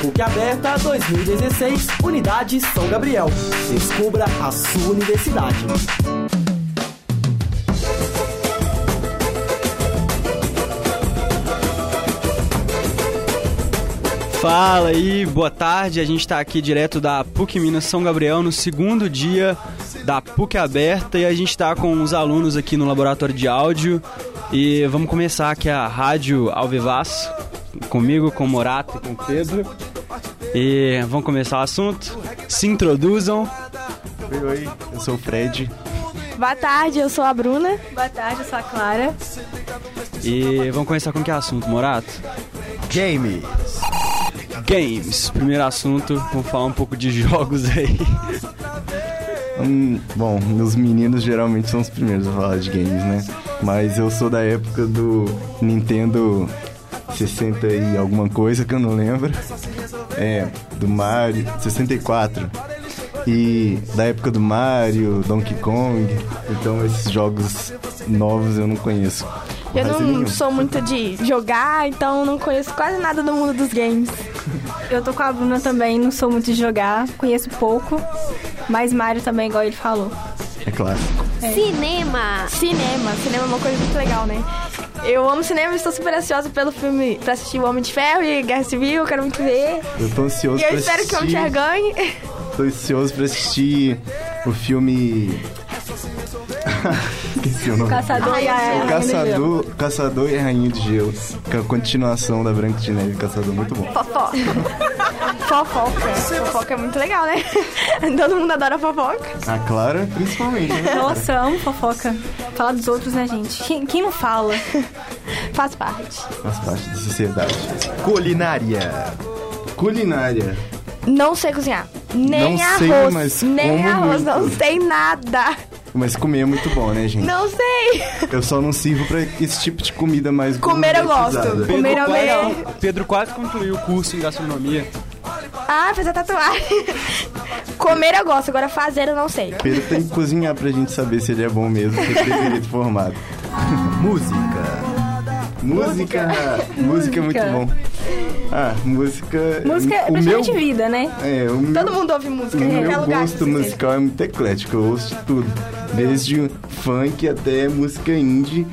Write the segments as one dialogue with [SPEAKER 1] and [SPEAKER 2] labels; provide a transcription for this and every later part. [SPEAKER 1] Tempo de Aberta 2016, Unidade São Gabriel. Descubra a sua universidade.
[SPEAKER 2] Fala aí, boa tarde. A gente está aqui direto da PUC Minas São Gabriel no segundo dia da PUC aberta e a gente está com os alunos aqui no laboratório de áudio e vamos começar aqui a rádio Alvivaz comigo, com o Morato e com o Pedro. E vamos começar o assunto. Se introduzam.
[SPEAKER 3] Oi, eu sou o Fred.
[SPEAKER 4] Boa tarde, eu sou a Bruna.
[SPEAKER 5] Boa tarde, eu sou a Clara.
[SPEAKER 2] E vamos começar com que assunto, Morato?
[SPEAKER 3] Games.
[SPEAKER 2] Games. Primeiro assunto, vamos falar um pouco de jogos aí.
[SPEAKER 3] Hum, bom, os meninos geralmente são os primeiros a falar de games, né? Mas eu sou da época do Nintendo 60 e alguma coisa que eu não lembro. É, do Mario 64. E da época do Mario, Donkey Kong. Então esses jogos novos eu não conheço.
[SPEAKER 4] Eu
[SPEAKER 3] quase
[SPEAKER 4] não
[SPEAKER 3] nenhum.
[SPEAKER 4] sou muito de jogar, então não conheço quase nada do mundo dos games.
[SPEAKER 5] Eu tô com a Bruna também, não sou muito de jogar, conheço pouco, mas Mario também, igual ele falou.
[SPEAKER 3] É clássico.
[SPEAKER 6] Cinema!
[SPEAKER 4] Cinema, cinema é uma coisa muito legal, né? Eu amo cinema, estou super ansiosa pelo filme pra assistir O Homem de Ferro e Guerra Civil, eu quero muito ver.
[SPEAKER 3] Eu tô ansioso
[SPEAKER 4] E eu
[SPEAKER 3] pra
[SPEAKER 4] espero que o Homem de
[SPEAKER 3] assistir-
[SPEAKER 4] Ferro ganhe.
[SPEAKER 3] Tô ansioso pra assistir o filme. Esqueci o é nome.
[SPEAKER 5] Caçador e a
[SPEAKER 4] É,
[SPEAKER 3] O Caçador, Caçador e a Rainha de Gelo. Que é a continuação da Branca de Neve. Caçador, muito bom.
[SPEAKER 4] Fofoca. fofoca. Fofoca é muito legal, né? Todo mundo adora fofoca.
[SPEAKER 3] A Clara, principalmente. né?
[SPEAKER 5] Nossa, amo fofoca. Falar dos outros, né, gente? Quem, quem não fala?
[SPEAKER 4] Faz parte.
[SPEAKER 3] Faz parte da sociedade. Culinária. Culinária.
[SPEAKER 4] Não sei cozinhar. Nem
[SPEAKER 3] Não sei,
[SPEAKER 4] arroz.
[SPEAKER 3] mas
[SPEAKER 4] nem
[SPEAKER 3] como
[SPEAKER 4] arroz,
[SPEAKER 3] muito.
[SPEAKER 4] não sei nada.
[SPEAKER 3] Mas comer é muito bom, né, gente?
[SPEAKER 4] Não sei.
[SPEAKER 3] Eu só não sirvo pra esse tipo de comida mais
[SPEAKER 4] Comer eu gosto.
[SPEAKER 3] gourmetizada.
[SPEAKER 4] Comer é
[SPEAKER 2] quase,
[SPEAKER 4] melhor.
[SPEAKER 2] Pedro quase concluiu o curso em gastronomia.
[SPEAKER 4] Ah, fazer tatuagem. Comer eu gosto, agora fazer eu não sei.
[SPEAKER 3] Pedro tem que cozinhar pra gente saber se ele é bom mesmo, se ele é devido formado. música. Música. Música é muito bom. Ah, música.
[SPEAKER 5] Música é
[SPEAKER 3] o meu,
[SPEAKER 5] praticamente vida, né?
[SPEAKER 3] É, o meu,
[SPEAKER 4] Todo mundo ouve
[SPEAKER 3] o
[SPEAKER 4] música em qualquer
[SPEAKER 3] meu
[SPEAKER 4] lugar. que
[SPEAKER 3] gosto
[SPEAKER 4] você
[SPEAKER 3] musical é muito eclético, eu ouço de tudo. Desde funk até música indie.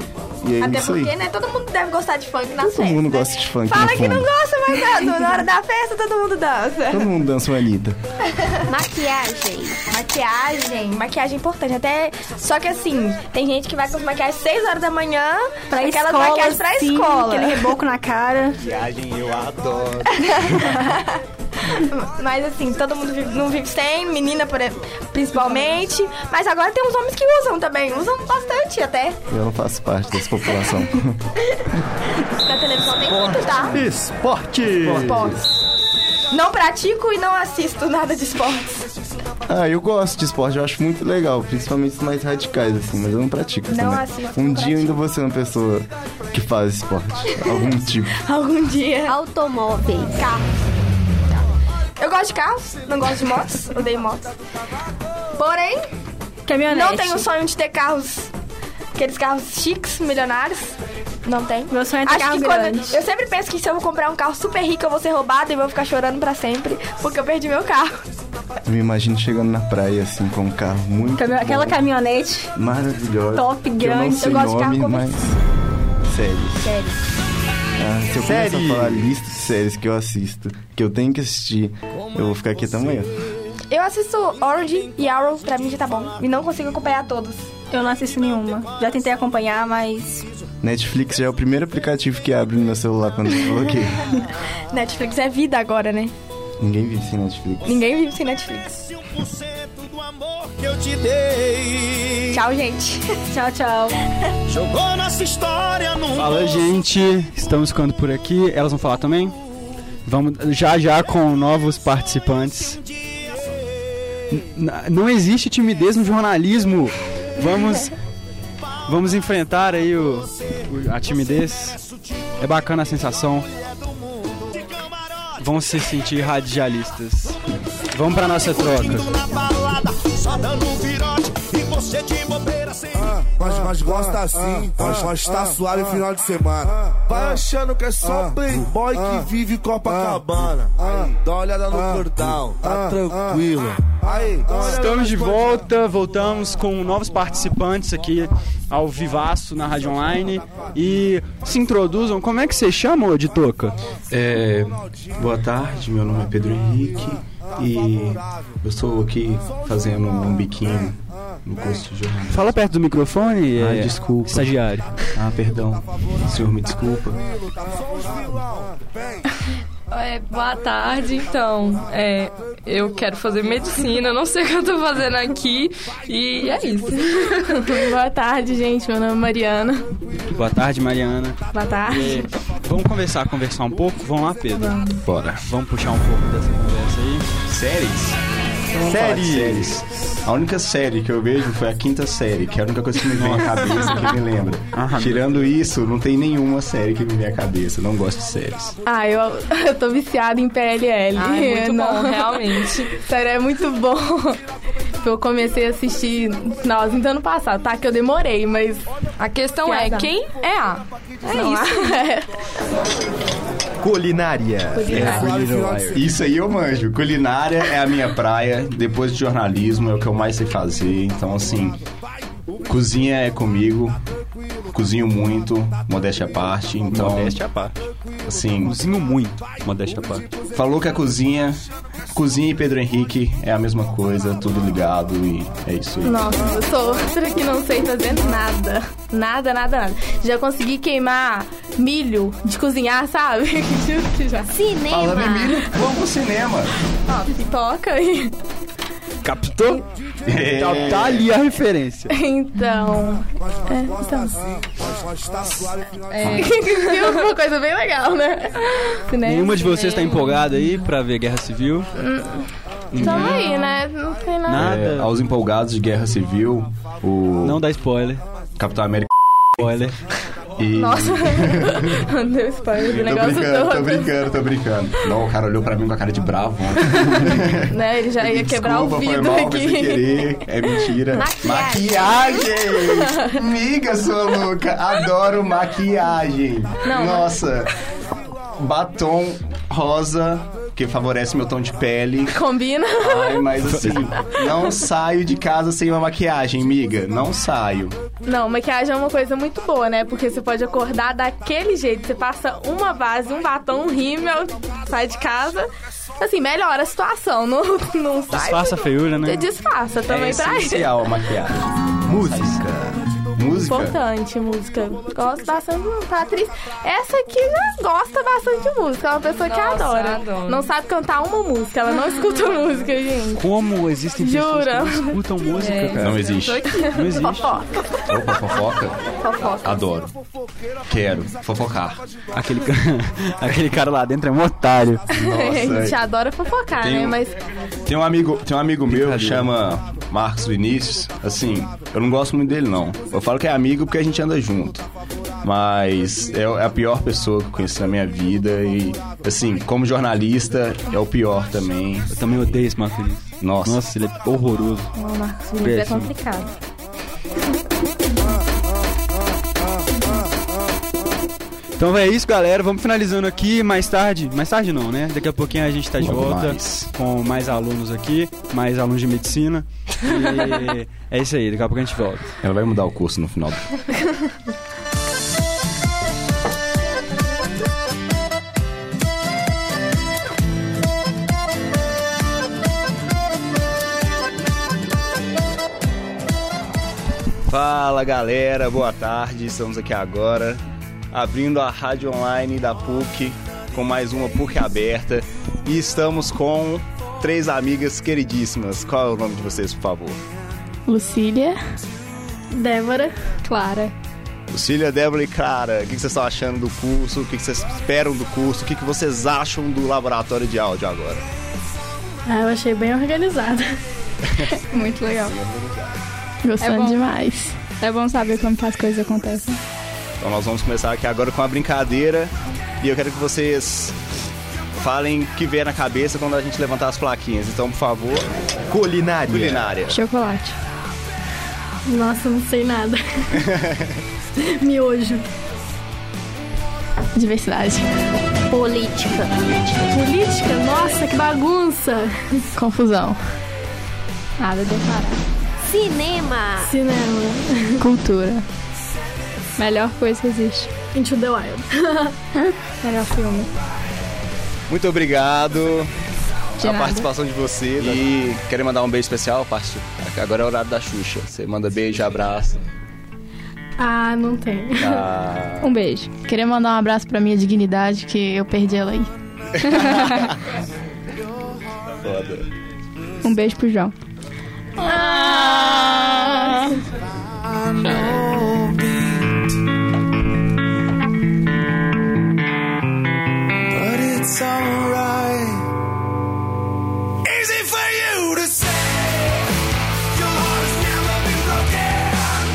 [SPEAKER 3] E é
[SPEAKER 4] esteja. Até
[SPEAKER 3] isso aí.
[SPEAKER 4] porque, né? Todo mundo deve gostar de funk nas
[SPEAKER 3] Todo
[SPEAKER 4] festas.
[SPEAKER 3] mundo gosta de funk.
[SPEAKER 4] né? Fala
[SPEAKER 3] no
[SPEAKER 4] que
[SPEAKER 3] fundo.
[SPEAKER 4] não gosta, mas dança. Na hora da festa todo mundo dança.
[SPEAKER 3] Todo mundo dança uma Anitta.
[SPEAKER 6] Maquiagem!
[SPEAKER 4] Maquiagem, maquiagem é importante. Até. Só que assim, tem gente que vai com as maquiagens 6 horas da manhã
[SPEAKER 5] Pra
[SPEAKER 4] aquelas
[SPEAKER 5] escola,
[SPEAKER 4] maquiagens pra
[SPEAKER 5] sim,
[SPEAKER 4] escola.
[SPEAKER 5] Aquele reboco na cara.
[SPEAKER 4] Mas assim, todo mundo vive- não vive sem, menina por e- principalmente. Mas agora tem uns homens que usam também, usam bastante até.
[SPEAKER 3] Eu não faço parte dessa população.
[SPEAKER 4] Na televisão tem muito, tá?
[SPEAKER 3] Esporte!
[SPEAKER 4] Não pratico e não assisto nada de esportes.
[SPEAKER 3] Ah, eu gosto de esporte, eu acho muito legal, principalmente os mais radicais, assim, mas eu não pratico.
[SPEAKER 4] Não
[SPEAKER 3] também.
[SPEAKER 4] assisto,
[SPEAKER 3] Um
[SPEAKER 4] não
[SPEAKER 3] dia eu ainda vou ser uma pessoa que faz esporte, algum tipo.
[SPEAKER 4] Algum dia.
[SPEAKER 6] Automóveis!
[SPEAKER 4] Eu gosto de carros, não gosto de motos, odeio motos. Porém,
[SPEAKER 5] Caminhonete.
[SPEAKER 4] não tenho sonho de ter carros. Aqueles carros chiques, milionários. Não tem.
[SPEAKER 5] Meu sonho é ter
[SPEAKER 4] Acho
[SPEAKER 5] carro
[SPEAKER 4] que quando.
[SPEAKER 5] grande.
[SPEAKER 4] Eu sempre penso que se eu vou comprar um carro super rico, eu vou ser roubada e vou ficar chorando pra sempre. Porque eu perdi meu carro.
[SPEAKER 3] Eu me imagino chegando na praia, assim, com um carro muito
[SPEAKER 4] Tá
[SPEAKER 5] Camin- Aquela
[SPEAKER 3] bom,
[SPEAKER 5] caminhonete.
[SPEAKER 3] maravilhosa.
[SPEAKER 5] top
[SPEAKER 3] que Eu não
[SPEAKER 5] grande,
[SPEAKER 3] sei
[SPEAKER 4] eu gosto de
[SPEAKER 3] nome,
[SPEAKER 4] carro como-
[SPEAKER 3] mas... Séries. Ah, se eu começar a falar a lista de séries que eu assisto, que eu tenho que assistir, eu
[SPEAKER 2] é
[SPEAKER 3] vou ficar aqui até amanhã.
[SPEAKER 4] Eu assisto Orange e Arrow, pra mim já tá bom. E não consigo acompanhar todos.
[SPEAKER 5] Eu não assisto nenhuma. Já tentei acompanhar, mas
[SPEAKER 3] Netflix já é o primeiro aplicativo que abre no meu celular quando eu coloquei.
[SPEAKER 4] Netflix é vida agora, né?
[SPEAKER 3] Ninguém vive sem Netflix.
[SPEAKER 4] Ninguém vive sem Netflix.
[SPEAKER 7] do amor que eu te dei.
[SPEAKER 4] Tchau, gente.
[SPEAKER 5] tchau, tchau.
[SPEAKER 7] Jogou nossa história num
[SPEAKER 2] Fala, gente. Estamos ficando por aqui. Elas vão falar também? Vamos já já com novos participantes. N- não existe timidez no jornalismo. Vamos vamos enfrentar aí o, o- a timidez. É bacana a sensação. Vão se sentir radialistas. Vamos pra nossa troca.
[SPEAKER 7] na balada, só dando um virote e você de bobeira sem.
[SPEAKER 8] nós,
[SPEAKER 3] ah,
[SPEAKER 8] nós gosta assim, nós, nós
[SPEAKER 2] Ah,
[SPEAKER 8] tá suave final de semana.
[SPEAKER 9] Vai achando que é só playboy
[SPEAKER 2] ah.
[SPEAKER 9] que vive Copacabana. Aí, dá uma olhada no cordão, tá tranquilo. Aí, dá uma olhada
[SPEAKER 2] Estamos de
[SPEAKER 9] no cordão.
[SPEAKER 2] volta, voltamos com novos participantes aqui ao Vivaço na Rádio Online. E se introduzam, como é que você chama, ô, de toca?
[SPEAKER 10] É, boa tarde, meu nome é Pedro Henrique e eu estou aqui fazendo um biquinho no curso de jornalismo.
[SPEAKER 2] Fala perto do microfone,
[SPEAKER 10] Ai,
[SPEAKER 2] é,
[SPEAKER 10] desculpa.
[SPEAKER 2] estagiário.
[SPEAKER 10] Ah, perdão, o senhor me desculpa.
[SPEAKER 11] É, boa tarde, então. É, eu quero fazer medicina, eu não sei o que eu tô fazendo aqui. E é isso.
[SPEAKER 5] Boa tarde, gente. Meu nome é Mariana.
[SPEAKER 2] Boa tarde, Mariana.
[SPEAKER 5] Boa tarde.
[SPEAKER 2] E vamos conversar, conversar um pouco? Vamos lá, Pedro. Bora. Vamos puxar um pouco dessa conversa aí.
[SPEAKER 10] Séries? Séries. séries. A única série que eu vejo foi a quinta série, que é a única coisa que me vem à cabeça, que me lembra. Tirando isso, não tem nenhuma série que me vem à cabeça. Não gosto de séries.
[SPEAKER 5] Ah, eu, eu tô viciada em PLL.
[SPEAKER 11] Ah, é muito
[SPEAKER 5] Não.
[SPEAKER 11] bom, realmente.
[SPEAKER 5] Sério, é muito bom. Eu comecei a assistir no finalzinho do ano passado, tá? Que eu demorei, mas.
[SPEAKER 11] A questão é, quem é a? É isso.
[SPEAKER 5] é.
[SPEAKER 3] Culinária.
[SPEAKER 8] Suave final de semana.
[SPEAKER 10] É, Isso aí eu manjo. Culinária é a minha praia. Depois de jornalismo é o que eu mais sei fazer. Então, assim, cozinha é comigo. Cozinho muito, modéstia à parte. Então,
[SPEAKER 2] Modéstia à parte.
[SPEAKER 10] assim,
[SPEAKER 2] Cozinho muito, modéstia à parte.
[SPEAKER 10] falou que a cozinha, cozinha e Pedro Henrique é a mesma coisa, tudo ligado e é isso aí.
[SPEAKER 5] Nossa, eu sou outra que não sei fazer nada. Nada, nada, nada. Já consegui queimar milho de cozinhar, sabe? Juro que já.
[SPEAKER 6] Cinema.
[SPEAKER 10] Falando em milho, vamos pro cinema.
[SPEAKER 5] Ó, pipoca e.
[SPEAKER 2] Captou?
[SPEAKER 10] É.
[SPEAKER 2] Tá, tá ali a referência.
[SPEAKER 5] Então.
[SPEAKER 8] Nós, nós gosta assim, nós, nós tá suave final de semana.
[SPEAKER 5] Viu? É. Uma coisa bem legal, né? Cinema.
[SPEAKER 2] Nenhuma de vocês tá empolgada aí pra ver Guerra Civil?
[SPEAKER 5] Tamo aí, né? Não tem nada.
[SPEAKER 10] É,
[SPEAKER 2] Nada.
[SPEAKER 10] aos empolgados de guerra civil, o
[SPEAKER 2] Não dá spoiler.
[SPEAKER 10] Capitão América
[SPEAKER 2] Spoiler.
[SPEAKER 10] e.
[SPEAKER 5] Nossa. Deu spoiler do
[SPEAKER 10] Tô
[SPEAKER 5] É negócio
[SPEAKER 10] brincando, tô
[SPEAKER 5] todo.
[SPEAKER 10] brincando, tô brincando. Não, o cara olhou pra mim com a cara de bravo.
[SPEAKER 5] Né? Ele já ia quebrar
[SPEAKER 10] Desculpa,
[SPEAKER 5] o vidro
[SPEAKER 10] foi mal, foi sem
[SPEAKER 5] aqui.
[SPEAKER 10] querer. É mentira.
[SPEAKER 6] Maquiagem.
[SPEAKER 10] Maquiagem! Miga, sua louca. Adoro maquiagem. Nossa. Batom rosa, que favorece meu tom de pele.
[SPEAKER 5] Combina?
[SPEAKER 10] Ai, mas assim, não saio de casa sem uma maquiagem, miga. Não saio.
[SPEAKER 5] Não, maquiagem é uma coisa muito boa, né? Porque você pode acordar daquele jeito. Você passa uma base, um batom, um rímel, sai de casa. Assim, melhora a situação. Não, não sai.
[SPEAKER 2] Disfarça a feiura, né?
[SPEAKER 5] Você disfarça
[SPEAKER 10] É
[SPEAKER 5] também pra isso.
[SPEAKER 10] essencial a maquiagem. Música. Música?
[SPEAKER 5] Importante música. Gosto bastante de Patrícia. Essa aqui já gosta bastante de música. É uma pessoa que
[SPEAKER 11] Nossa,
[SPEAKER 5] adora.
[SPEAKER 11] adoro.
[SPEAKER 5] Não sabe cantar uma música. Ela não escuta música, gente. É.
[SPEAKER 2] Como existem pessoas
[SPEAKER 5] Jura?
[SPEAKER 2] que não escutam música, cara?
[SPEAKER 10] Não existe.
[SPEAKER 2] Não existe.
[SPEAKER 10] Opa, fofoca? Adoro. Quero. Fofocar.
[SPEAKER 2] Aquele, ca- aquele cara lá dentro é um otário.
[SPEAKER 5] a gente
[SPEAKER 10] Nossa.
[SPEAKER 5] adora fofocar,
[SPEAKER 10] Tem
[SPEAKER 5] né?
[SPEAKER 10] um-
[SPEAKER 5] Mas
[SPEAKER 10] Tem um amigo, tem um amigo meu que chama Marcos Vinícius. Assim, eu não gosto muito dele, não. Eu falo que é amigo porque a gente anda junto. Mas é a pior pessoa que eu conheci na minha vida. E, assim, como jornalista, é o pior também.
[SPEAKER 2] Eu também odeio esse Marco Vinícius.
[SPEAKER 10] Nossa.
[SPEAKER 2] Nossa, ele é horroroso.
[SPEAKER 5] o Marcos Vinícius é
[SPEAKER 2] Péssimo.
[SPEAKER 5] complicado.
[SPEAKER 2] Então é isso, galera. Vamos finalizando aqui. Mais tarde, mais tarde não, né? Daqui a pouquinho a gente tá de
[SPEAKER 10] Logo
[SPEAKER 2] volta
[SPEAKER 10] mais.
[SPEAKER 2] com mais alunos aqui, mais alunos de medicina. E é isso aí, daqui a pouco a gente volta.
[SPEAKER 10] Ela vai mudar o curso no final. Fala galera, boa tarde. Estamos aqui agora abrindo a rádio online da PUC com mais uma PUC aberta e estamos com três amigas queridíssimas. Qual é o nome de vocês, por favor?
[SPEAKER 5] Lucília. Débora.
[SPEAKER 6] Clara.
[SPEAKER 10] Lucília, Débora e Clara, o que que vocês estão achando do curso? O que que vocês esperam do curso? O que que vocês acham do laboratório de áudio agora?
[SPEAKER 5] Ah, eu achei bem organizada.
[SPEAKER 12] Muito legal.
[SPEAKER 5] Gostando
[SPEAKER 12] bom.
[SPEAKER 5] demais.
[SPEAKER 12] É bom saber como que as coisas acontecem.
[SPEAKER 10] Então nós vamos começar aqui agora com uma brincadeira e eu quero que vocês falem o que vier na cabeça quando a gente levantar as plaquinhas. Então, por favor,
[SPEAKER 3] Culinária.
[SPEAKER 10] culinária.
[SPEAKER 12] Chocolate. Nossa, não sei nada. Miojo.
[SPEAKER 11] Diversidade.
[SPEAKER 12] Política. Política? Nossa, que bagunça.
[SPEAKER 11] Confusão.
[SPEAKER 12] Nada de parar.
[SPEAKER 13] Cinema.
[SPEAKER 12] Cinema.
[SPEAKER 11] Cultura. Melhor coisa que existe.
[SPEAKER 12] Into the Wild.
[SPEAKER 11] Melhor filme.
[SPEAKER 10] Muito obrigado
[SPEAKER 11] De
[SPEAKER 10] a
[SPEAKER 11] nada.
[SPEAKER 10] participação de você. E querem mandar um beijo especial, Partiu? Agora é o horário da Xuxa. Você manda beijo, abraço.
[SPEAKER 12] Ah, não tem.
[SPEAKER 10] Ah.
[SPEAKER 11] Um beijo. Queria mandar um abraço pra minha dignidade, que eu perdi ela aí.
[SPEAKER 10] Foda.
[SPEAKER 11] um beijo pro João.
[SPEAKER 7] But it's alright. Easy for you to say. Your heart has never been broken.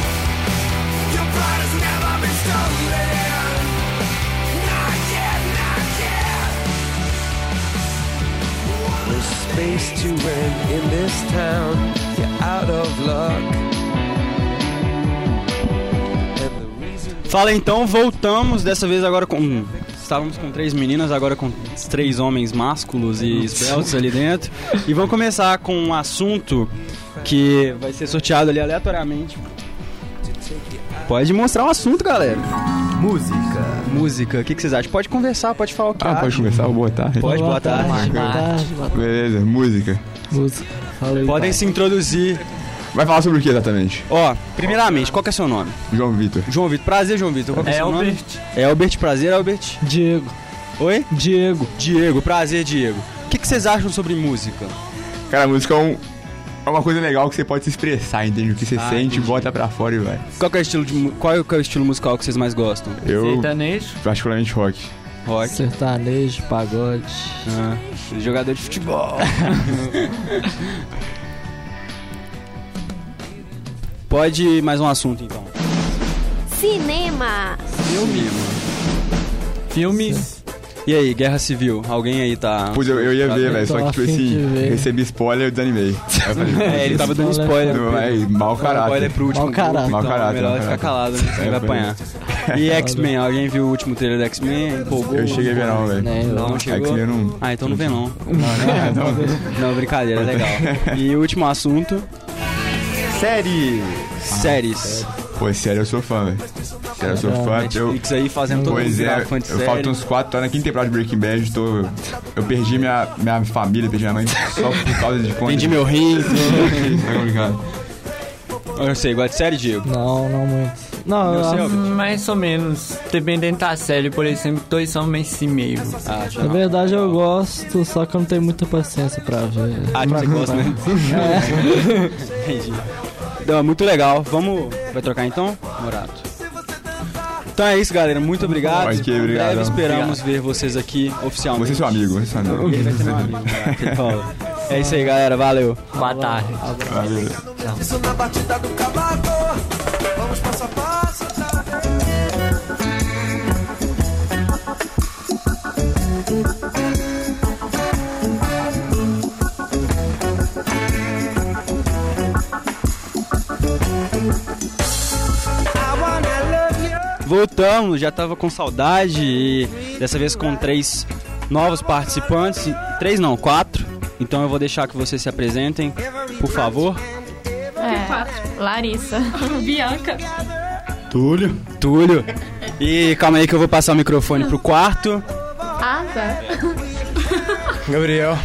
[SPEAKER 7] Your pride has never been stolen. Not yet, not yet.
[SPEAKER 14] There's space to rent in this town. You're out of luck.
[SPEAKER 2] Fala então, voltamos dessa vez agora com. hum, Estávamos com três meninas, agora com três homens másculos e esbeltos ali dentro. E vamos começar com um assunto que vai ser sorteado ali aleatoriamente. Pode mostrar o assunto, galera. Música. Música. O que, que vocês acham? Pode conversar, pode falar o que
[SPEAKER 3] Ah,
[SPEAKER 2] acha.
[SPEAKER 3] pode começar? Boa tarde.
[SPEAKER 2] Pode, boa tarde. Boa tarde, boa tarde.
[SPEAKER 3] Beleza, música. Música.
[SPEAKER 2] Podem se introduzir.
[SPEAKER 3] Vai falar sobre o que exatamente?
[SPEAKER 2] Ó, primeiramente, qual que é seu nome?
[SPEAKER 3] João Vitor.
[SPEAKER 2] João Vitor. Prazer, João Vitor. Qual que é seu nome?
[SPEAKER 15] Albert.
[SPEAKER 2] É Albert. Prazer, Albert. Diego. Oi? Diego. Diego. Prazer, Diego. O que, que vocês acham sobre música?
[SPEAKER 3] Cara, a música é, um- é uma coisa legal que você pode se expressar, entende? O que você
[SPEAKER 2] Ah,
[SPEAKER 3] sente,
[SPEAKER 2] entendi.
[SPEAKER 3] bota pra fora e vai.
[SPEAKER 2] Qual que é o estilo, de mu- qual é o estilo musical que vocês mais gostam?
[SPEAKER 3] Eu- Sertanejo. Particularmente rock.
[SPEAKER 2] Rock. Ah,
[SPEAKER 15] Sertanejo, pagode.
[SPEAKER 2] jogador de futebol. Pode mais um assunto, então.
[SPEAKER 13] Cinema.
[SPEAKER 2] Filme. Filmes. E aí, Guerra Civil? Alguém aí tá...
[SPEAKER 3] Pois eu, eu ia ver, velho, só que tipo assim, recebi spoiler e eu desanimei. Aí eu falei,
[SPEAKER 2] É, ele tava dando spoiler.
[SPEAKER 3] Não, é, mau caráter.
[SPEAKER 2] Spoiler pro último grupo,
[SPEAKER 3] Mau
[SPEAKER 2] então
[SPEAKER 3] caráter.
[SPEAKER 2] é melhor
[SPEAKER 3] mau
[SPEAKER 2] ficar calado,
[SPEAKER 3] caráter.
[SPEAKER 2] né? Você
[SPEAKER 3] É,
[SPEAKER 2] vai
[SPEAKER 3] foi
[SPEAKER 2] apanhar.
[SPEAKER 3] isso.
[SPEAKER 2] E X-Men, alguém viu o último trailer da X-Men? Empolgou?
[SPEAKER 3] Eu cheguei a ver não, velho.
[SPEAKER 2] Não, chegou?
[SPEAKER 3] X-Men eu não-
[SPEAKER 2] Ah, então não vê não.
[SPEAKER 3] não.
[SPEAKER 2] Não, brincadeira, é legal. E o último assunto... Série. Séries.
[SPEAKER 3] Pô, sério, eu sou fã, velho. Sério, eu sou
[SPEAKER 2] Caramba,
[SPEAKER 3] fã.
[SPEAKER 2] Netflix
[SPEAKER 3] eu...
[SPEAKER 2] aí fazendo todo
[SPEAKER 3] pois
[SPEAKER 2] mundo
[SPEAKER 3] é,
[SPEAKER 2] virar fã de
[SPEAKER 3] eu
[SPEAKER 2] série.
[SPEAKER 3] falto uns 4, tô na quinta temporada de Breaking Bad, tô... Eu perdi minha, minha família, perdi minha mãe só por causa de conta.
[SPEAKER 2] Vendi meu rim.
[SPEAKER 3] Isso, é complicado.
[SPEAKER 2] Eu sei, gosta de série, Diego?
[SPEAKER 15] Não, não muito. Não,
[SPEAKER 2] Não sei,
[SPEAKER 15] eu-
[SPEAKER 2] Albert.
[SPEAKER 15] mais ou menos. Dependendo da série, por exemplo, dois são meio si meio.
[SPEAKER 2] Ah, já.
[SPEAKER 15] Na verdade, eu gosto, só que eu não tenho muita paciência pra ver.
[SPEAKER 2] Ah, tipo, você gosta, né? Entendi. Então, é muito legal. Vamos. Vai trocar então? Morato. Então é isso, galera. Muito obrigado.
[SPEAKER 3] Ok,
[SPEAKER 2] Em
[SPEAKER 3] obrigado.
[SPEAKER 2] breve esperamos ver vocês aqui oficialmente.
[SPEAKER 3] Você é seu amigo, você é seu amigo.
[SPEAKER 2] Ele vai ser meu amigo, Morato, ele falou. É isso aí, galera. Valeu. Boa tarde.
[SPEAKER 3] Valeu.
[SPEAKER 7] Isso na batida do cavaco. Vamos passo a passo.
[SPEAKER 2] Voltamos, já tava com saudade e dessa vez com três novos participantes. Três não, quatro. Então eu vou deixar que vocês se apresentem, por favor.
[SPEAKER 11] É, Larissa. Bianca.
[SPEAKER 2] Túlio. Túlio. E calma aí que eu vou passar o microfone pro quarto.
[SPEAKER 11] Ah, tá.
[SPEAKER 2] Gabriel.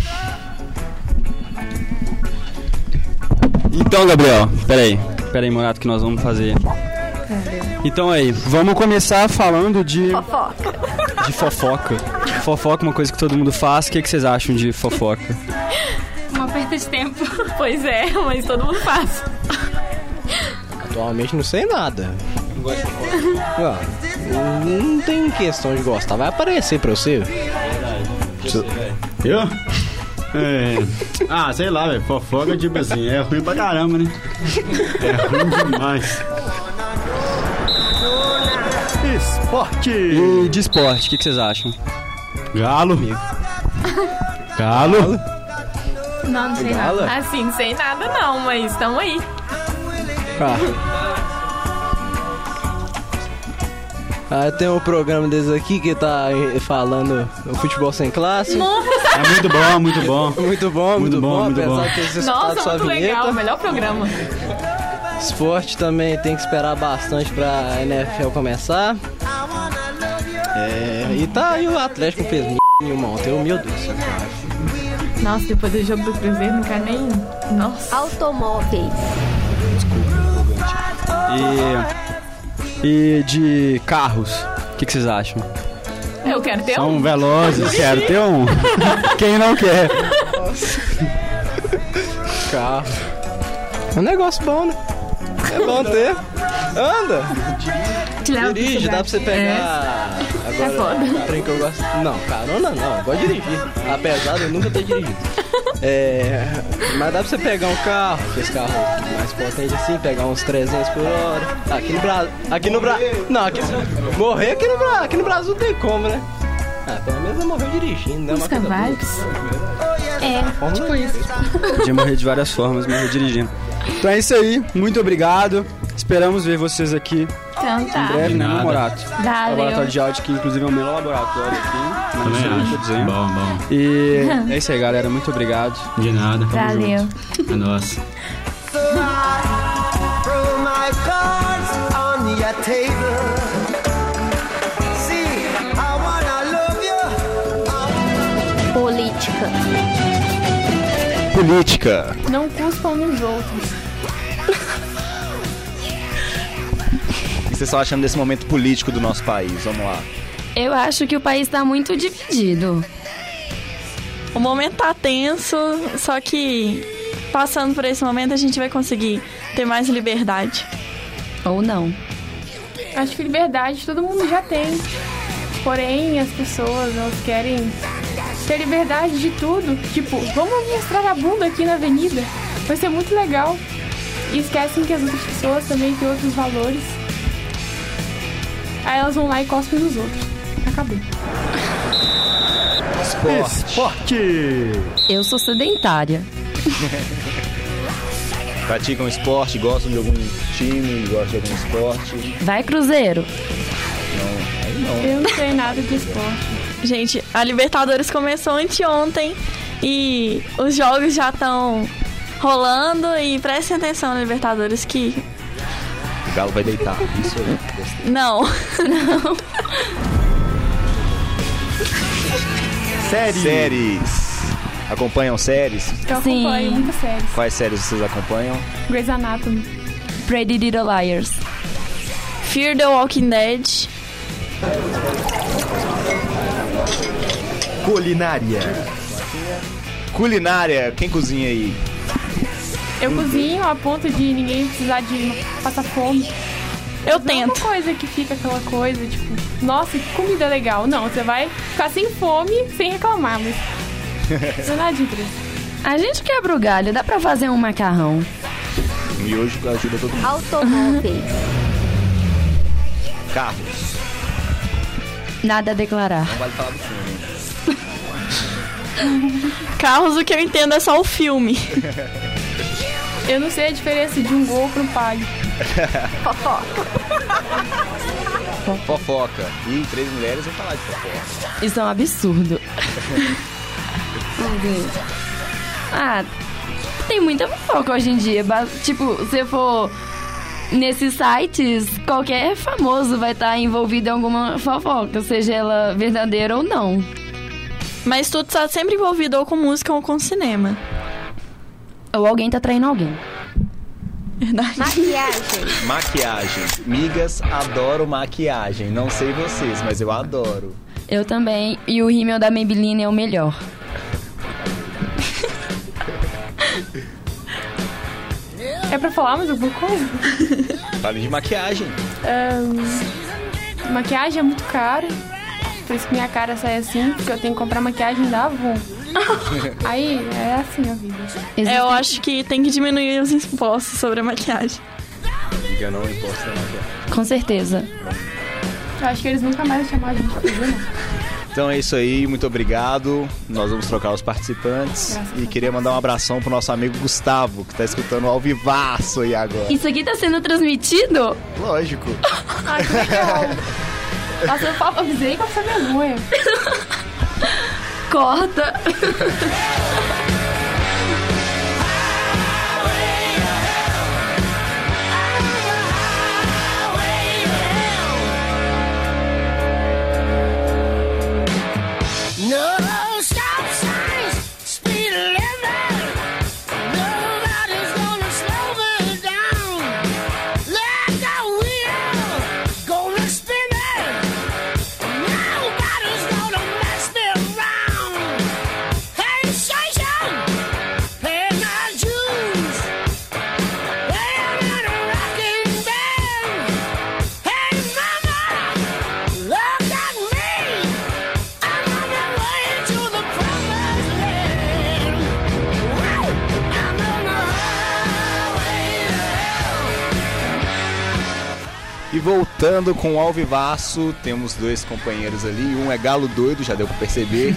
[SPEAKER 2] Então, Gabriel, peraí. Peraí, Morato, que nós vamos fazer.
[SPEAKER 7] É.
[SPEAKER 2] Então aí, vamos começar falando de.
[SPEAKER 16] Fofoca.
[SPEAKER 2] De fofoca. Fofoca é uma coisa que todo mundo faz. O que, que vocês acham de fofoca?
[SPEAKER 17] Uma perda de tempo. Pois é, mas todo mundo faz.
[SPEAKER 18] Atualmente não sei nada. Ó, não tem questão de gostar, vai aparecer pra você.
[SPEAKER 19] Eu? É. Ah, sei lá, velho. Fofoca, tipo assim, é ruim pra caramba, né? É ruim demais. Esporte!
[SPEAKER 2] E de esporte, o que, que vocês acham?
[SPEAKER 19] Galo. Galo.
[SPEAKER 11] Não, não sei
[SPEAKER 2] Gala?
[SPEAKER 11] nada. Assim, sem nada não, mas tamo aí.
[SPEAKER 7] Ah, tem um programa desses aqui que tá eh, falando o futebol sem classe.
[SPEAKER 5] É muito bom, muito bom.
[SPEAKER 7] Muito bom, muito, bom,
[SPEAKER 5] muito
[SPEAKER 7] apesar
[SPEAKER 5] bom.
[SPEAKER 7] de ter escutado
[SPEAKER 12] Nossa,
[SPEAKER 7] sua
[SPEAKER 12] muito
[SPEAKER 7] vinheta.
[SPEAKER 12] legal. Melhor programa.
[SPEAKER 7] Esporte também tem que esperar bastante pra NFL começar. É, e tá, e o Atlético não fez m nenhuma ontem, ô, meu Deus.
[SPEAKER 12] Nossa, depois do jogo do Cruzeiro, não quero nem. Nossa.
[SPEAKER 20] Automóveis.
[SPEAKER 2] E, e de carros, o que, que vocês acham?
[SPEAKER 12] Eu quero ter
[SPEAKER 2] São
[SPEAKER 12] um.
[SPEAKER 2] velozes, quero ter um. É. Quem não quer?
[SPEAKER 7] Carro. É um negócio bom, né? É bom ter. Anda!
[SPEAKER 12] Te leva pra
[SPEAKER 7] Dirige,
[SPEAKER 12] cidade.
[SPEAKER 7] dá pra você pegar.
[SPEAKER 12] É. É
[SPEAKER 7] Agora,
[SPEAKER 12] foda.
[SPEAKER 7] um trem que eu gosto. Não, carona não, eu gosto de dirigir. Apesar de eu nunca ter dirigido. É, mas dá pra você pegar um carro, esse carro mais potente assim, pegar uns 300 por hora. Aqui no Brasil. Aqui no Brasil. Não, aqui. Morrer aqui no Brasil. Aqui no Brasil não tem como, né? Ah, pelo menos eu morreu dirigindo, né? Uma
[SPEAKER 12] Música
[SPEAKER 7] coisa boa.
[SPEAKER 12] vibes.
[SPEAKER 7] Oh,
[SPEAKER 12] É, tipo isso.
[SPEAKER 2] Podia morrer de várias formas, morrer dirigindo. Então é isso aí, muito obrigado. Esperamos ver vocês aqui
[SPEAKER 12] Então
[SPEAKER 2] em
[SPEAKER 12] tá.
[SPEAKER 2] breve, né, no Morato.
[SPEAKER 12] Valeu.
[SPEAKER 2] Laboratório de áudio, que inclusive é o meu laboratório é aqui. mas
[SPEAKER 5] Também
[SPEAKER 2] não sei o que
[SPEAKER 5] acho.
[SPEAKER 2] eu tô dizendo.
[SPEAKER 5] Bom, bom.
[SPEAKER 2] E é isso aí, galera. Muito obrigado.
[SPEAKER 5] De nada.
[SPEAKER 12] Valeu.
[SPEAKER 5] É nóis.
[SPEAKER 21] Throw my cards on your table. See, I wanna love you.
[SPEAKER 20] Política.
[SPEAKER 10] Política.
[SPEAKER 11] Não cuspam nos outros.
[SPEAKER 10] O que vocês estão achando desse momento político do nosso país? Vamos lá.
[SPEAKER 12] Eu acho que o país tá muito dividido. O momento tá tenso, só que passando por esse momento a gente vai conseguir ter mais liberdade. Ou não.
[SPEAKER 11] Acho que liberdade todo mundo já tem. Porém, as pessoas elas querem ter liberdade de tudo. Tipo, vamos mostrar a bunda aqui na avenida. Vai ser muito legal. E esquecem que as outras pessoas também têm outros valores. Aí elas vão lá e cospem nos outros. Acabou. é
[SPEAKER 5] Esporte.
[SPEAKER 22] Eu sou sedentária.
[SPEAKER 10] Praticam esporte, gostam de algum time, gostam de algum esporte.
[SPEAKER 22] Vai, Cruzeiro.
[SPEAKER 10] Não, aí não.
[SPEAKER 12] Eu não sei nada de esporte. Gente, a Libertadores começou anteontem e os jogos já estão rolando e prestem atenção na Libertadores que
[SPEAKER 10] O Galo vai deitar. Isso aí.
[SPEAKER 12] não. Não.
[SPEAKER 10] Séries. é Séries. Acompanham séries?
[SPEAKER 11] Eu acompanho muitas séries.
[SPEAKER 10] Quais séries vocês acompanham?
[SPEAKER 11] Grey's Anatomy.
[SPEAKER 12] Pretty Little Liars. Fear the Walking Dead.
[SPEAKER 10] Culinária. Culinária. Quem cozinha aí?
[SPEAKER 11] Eu cozinho a ponto de ninguém precisar de passar fome.
[SPEAKER 12] Eu
[SPEAKER 11] tento. Não é uma coisa que fica aquela coisa, tipo, nossa, que comida legal. Não, você vai ficar sem fome, sem reclamar, mas não é nada de preço.
[SPEAKER 22] A gente quebra o galho, dá pra fazer um macarrão.
[SPEAKER 10] Miojo que ajuda todo mundo.
[SPEAKER 22] Automóveis.
[SPEAKER 10] Carros.
[SPEAKER 22] Nada a
[SPEAKER 12] Ah.
[SPEAKER 22] declarar.
[SPEAKER 10] Não vale falar do filme. né?
[SPEAKER 12] Carros, o que eu entendo é só o filme.
[SPEAKER 11] Eu não sei a diferença de um gol para um palio.
[SPEAKER 10] fofoca. E três mulheres vão falar de fofoca.
[SPEAKER 22] Isso é um absurdo. Ah, tem muita fofoca hoje em dia. Ba- Tipo, se for nesses sites, qualquer famoso vai estar envolvido em alguma fofoca, seja ela verdadeira ou não.
[SPEAKER 12] Mas tudo tá sempre envolvido ou com música ou com cinema.
[SPEAKER 22] Ou alguém tá traindo alguém.
[SPEAKER 12] Verdade.
[SPEAKER 20] Maquiagem.
[SPEAKER 10] Maquiagem. Migas adoro maquiagem. Não sei vocês, mas eu adoro.
[SPEAKER 22] Eu também. E o rímel da Maybelline é o melhor.
[SPEAKER 11] É pra falar mais alguma coisa?
[SPEAKER 10] Falei de maquiagem.
[SPEAKER 11] Ahn, maquiagem é muito cara. Por isso que minha cara sai assim, porque eu tenho que comprar maquiagem da Avon. Aí é assim a vida.
[SPEAKER 12] Eu acho que tem que diminuir os impostos sobre a maquiagem.
[SPEAKER 10] Miga não imposta maquiagem.
[SPEAKER 22] Com certeza.
[SPEAKER 11] Eu acho que eles nunca mais chamaram a gente pra fazer, né?
[SPEAKER 10] Então é isso aí, muito obrigado. Nós vamos trocar os participantes. E queria mandar um abração pro nosso amigo Gustavo, que tá escutando ao vivaço aí agora.
[SPEAKER 11] Isso aqui tá sendo transmitido?
[SPEAKER 10] Lógico.
[SPEAKER 11] Ai, que legal.
[SPEAKER 12] Nossa, eu falo- avisei com essa vergonha.
[SPEAKER 11] Corta.
[SPEAKER 7] No stop signs, speed limit. Nobody's gonna slow me down. Let the wheel gonna spin it. Nobody's gonna mess me around. Hey, station, pay my dues. Hey, I'm in a rocking band. Hey, mama, look at me. I'm on my way to the promised land. Wow, I'm on the
[SPEAKER 10] E voltando com o Alvivaço, temos dois companheiros ali. Um é Galo Doido, já deu pra perceber.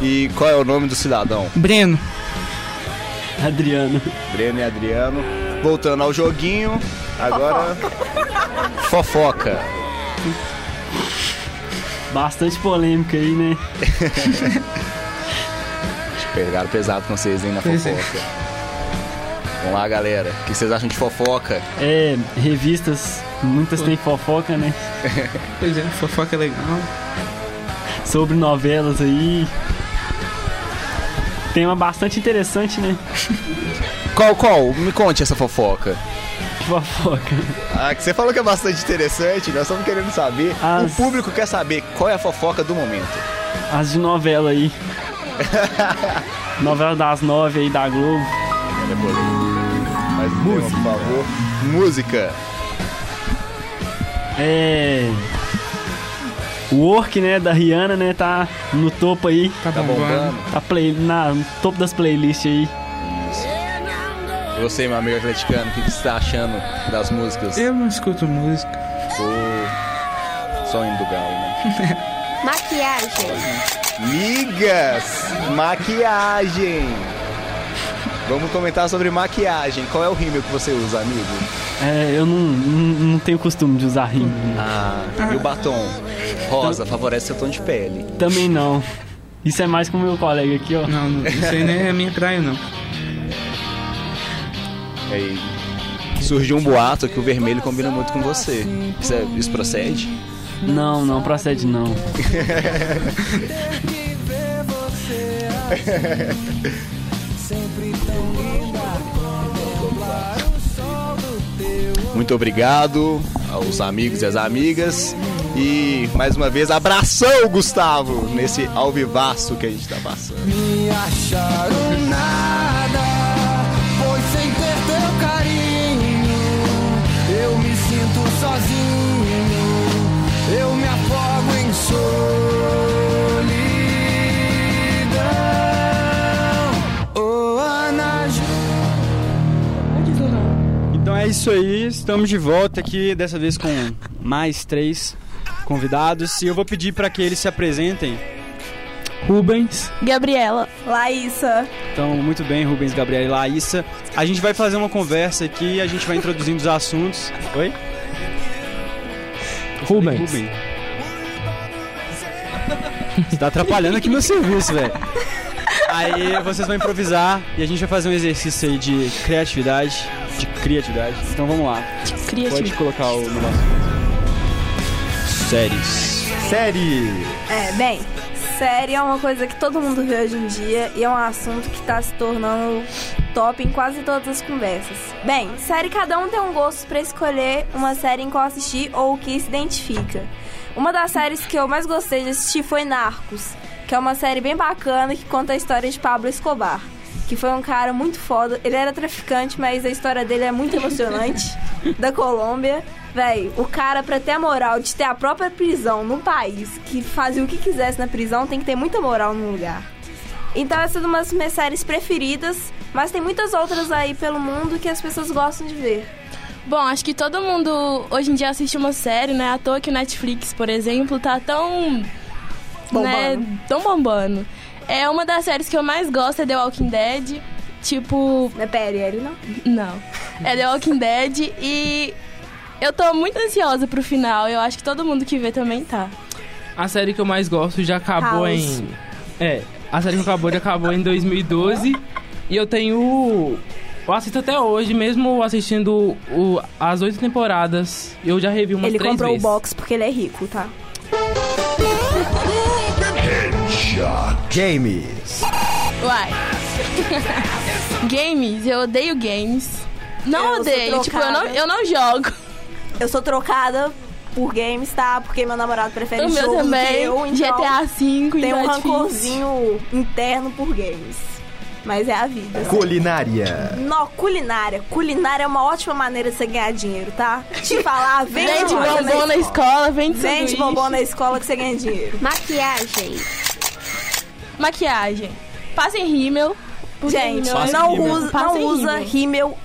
[SPEAKER 10] E qual é o nome do cidadão?
[SPEAKER 15] Breno.
[SPEAKER 10] Adriano. Breno e Adriano. Voltando ao joguinho, agora. Fofoca.
[SPEAKER 15] Bastante polêmica aí, né?
[SPEAKER 10] Pegaram pesado com vocês, hein, na
[SPEAKER 15] Pois é.
[SPEAKER 10] fofoca. Vamos lá, galera. O que vocês acham de fofoca?
[SPEAKER 15] É, revistas, muitas têm fofoca, né?
[SPEAKER 10] Pois é,
[SPEAKER 15] fofoca é legal. Sobre novelas aí. Tem uma bastante interessante, né?
[SPEAKER 10] Qual, qual? Me conte essa fofoca.
[SPEAKER 15] Fofoca.
[SPEAKER 10] Ah, que você falou que é bastante interessante, nós estamos querendo saber. O público quer saber qual é a fofoca do momento.
[SPEAKER 15] As de novela aí. novela das nove aí da Globo.
[SPEAKER 10] Mas Música. por favor. Música.
[SPEAKER 15] É. O work, né, da Rihanna, né, tá no topo aí. Tá,
[SPEAKER 10] bombando.
[SPEAKER 15] Tá play, na, no topo das playlists aí.
[SPEAKER 10] E Você, meu amigo atleticano, o que que você está achando das músicas?
[SPEAKER 15] Eu não escuto música.
[SPEAKER 10] O sonho do galo, né?
[SPEAKER 23] Maquiagem.
[SPEAKER 10] Migas! Maquiagem! Vamos comentar sobre maquiagem. Qual é o rímel que você usa, amigo?
[SPEAKER 15] É, eu não, não, não tenho costume de usar né. rim.
[SPEAKER 10] Ah, e o batom? Rosa, favorece seu tom de pele.
[SPEAKER 15] Também não. Isso é mais com o meu colega aqui, ó. Não, não
[SPEAKER 10] isso aí nem
[SPEAKER 15] é minha praia, não.
[SPEAKER 10] Aí. Surgiu um boato que o vermelho combina muito com você. Isso, é- isso procede?
[SPEAKER 15] Não, não procede não.
[SPEAKER 10] Muito obrigado aos amigos e às amigas. E mais uma vez, abração, Gustavo, nesse alvivaço que a gente tá passando.
[SPEAKER 7] Me acharam nada, pois sem ter teu carinho, eu me sinto sozinho, eu me afogo em solidão. Oh, Ana Ju.
[SPEAKER 2] Então é isso aí, estamos de volta aqui, dessa vez com mais três convidados. E eu vou pedir para que eles se apresentem. Rubens.
[SPEAKER 24] Gabriela.
[SPEAKER 25] Laísa.
[SPEAKER 2] Então, muito bem, Rubens, Gabriela e Laísa. A gente vai fazer uma conversa aqui, a gente vai introduzindo os assuntos. Oi? Rubens. Rubens. Você tá atrapalhando aqui meu serviço, velho. Aí vocês vão improvisar e a gente vai fazer um exercício aí de criatividade. De criatividade. Então vamos lá.
[SPEAKER 24] criatividade.
[SPEAKER 2] Pode colocar o negócio. Séries. Série!
[SPEAKER 25] É, bem, série é uma coisa que todo mundo vê hoje em dia e é um assunto que tá se tornando top em quase todas as conversas. Bem, série cada um tem um gosto pra escolher uma série em qual assistir ou o que se identifica. Uma das séries que eu mais gostei de assistir foi Narcos, que é uma série bem bacana que conta a história de Pablo Escobar, que foi um cara muito foda. Ele era traficante, mas a história dele é muito emocionante. da Colômbia. Véi, o cara, pra ter a moral de ter a própria prisão num país que fazia o que quisesse na prisão, tem que ter muita moral num lugar. Então, essa é uma das minhas séries preferidas, mas tem muitas outras aí pelo mundo que as pessoas gostam de ver.
[SPEAKER 26] Bom, acho que todo mundo hoje em dia assiste uma série, né? À toa que o Netflix, por exemplo, tá tão né? Tão bombando. É uma das séries que eu mais gosto, é The Walking Dead. Tipo.
[SPEAKER 4] Não é PLL, não?
[SPEAKER 26] Não. É The Walking Dead e. Eu tô muito ansiosa pro final. Eu acho que todo mundo que vê também tá.
[SPEAKER 27] A série que eu mais gosto já acabou
[SPEAKER 26] House.
[SPEAKER 27] em. É, a série que acabou já acabou em 2012. e eu tenho. Eu assisto até hoje, mesmo assistindo o- as oito temporadas. Eu já revi umas
[SPEAKER 4] Ele
[SPEAKER 27] três
[SPEAKER 4] comprou
[SPEAKER 27] vezes.
[SPEAKER 4] o box porque ele é rico, tá?
[SPEAKER 25] James.
[SPEAKER 26] Uai. games, eu odeio games. Não
[SPEAKER 4] Eu
[SPEAKER 26] odeio,
[SPEAKER 4] sou
[SPEAKER 26] tipo, eu não,
[SPEAKER 4] trocada.
[SPEAKER 26] eu não jogo.
[SPEAKER 4] Eu sou trocada por games, tá? Porque meu namorado prefere
[SPEAKER 26] O meu
[SPEAKER 4] jogo do
[SPEAKER 26] também,
[SPEAKER 4] que eu, então
[SPEAKER 26] GTA V,
[SPEAKER 4] Tem
[SPEAKER 26] então é
[SPEAKER 4] um
[SPEAKER 26] difícil.
[SPEAKER 4] rancorzinho interno por games. Mas é a vida. assim.
[SPEAKER 25] Culinária.
[SPEAKER 4] Nó, culinária. Culinária é uma ótima maneira de você ganhar dinheiro, tá? Te falar, vende,
[SPEAKER 26] Vende
[SPEAKER 4] coisa
[SPEAKER 26] bombom na escola, vende
[SPEAKER 4] Vende
[SPEAKER 26] sanduíche.
[SPEAKER 4] bombom na escola que você ganha dinheiro.
[SPEAKER 26] Maquiagem. Maquiagem. Passem rímel. porque
[SPEAKER 4] Gente,
[SPEAKER 26] rímel é-
[SPEAKER 4] não usa, não
[SPEAKER 26] Passem
[SPEAKER 4] usa rímel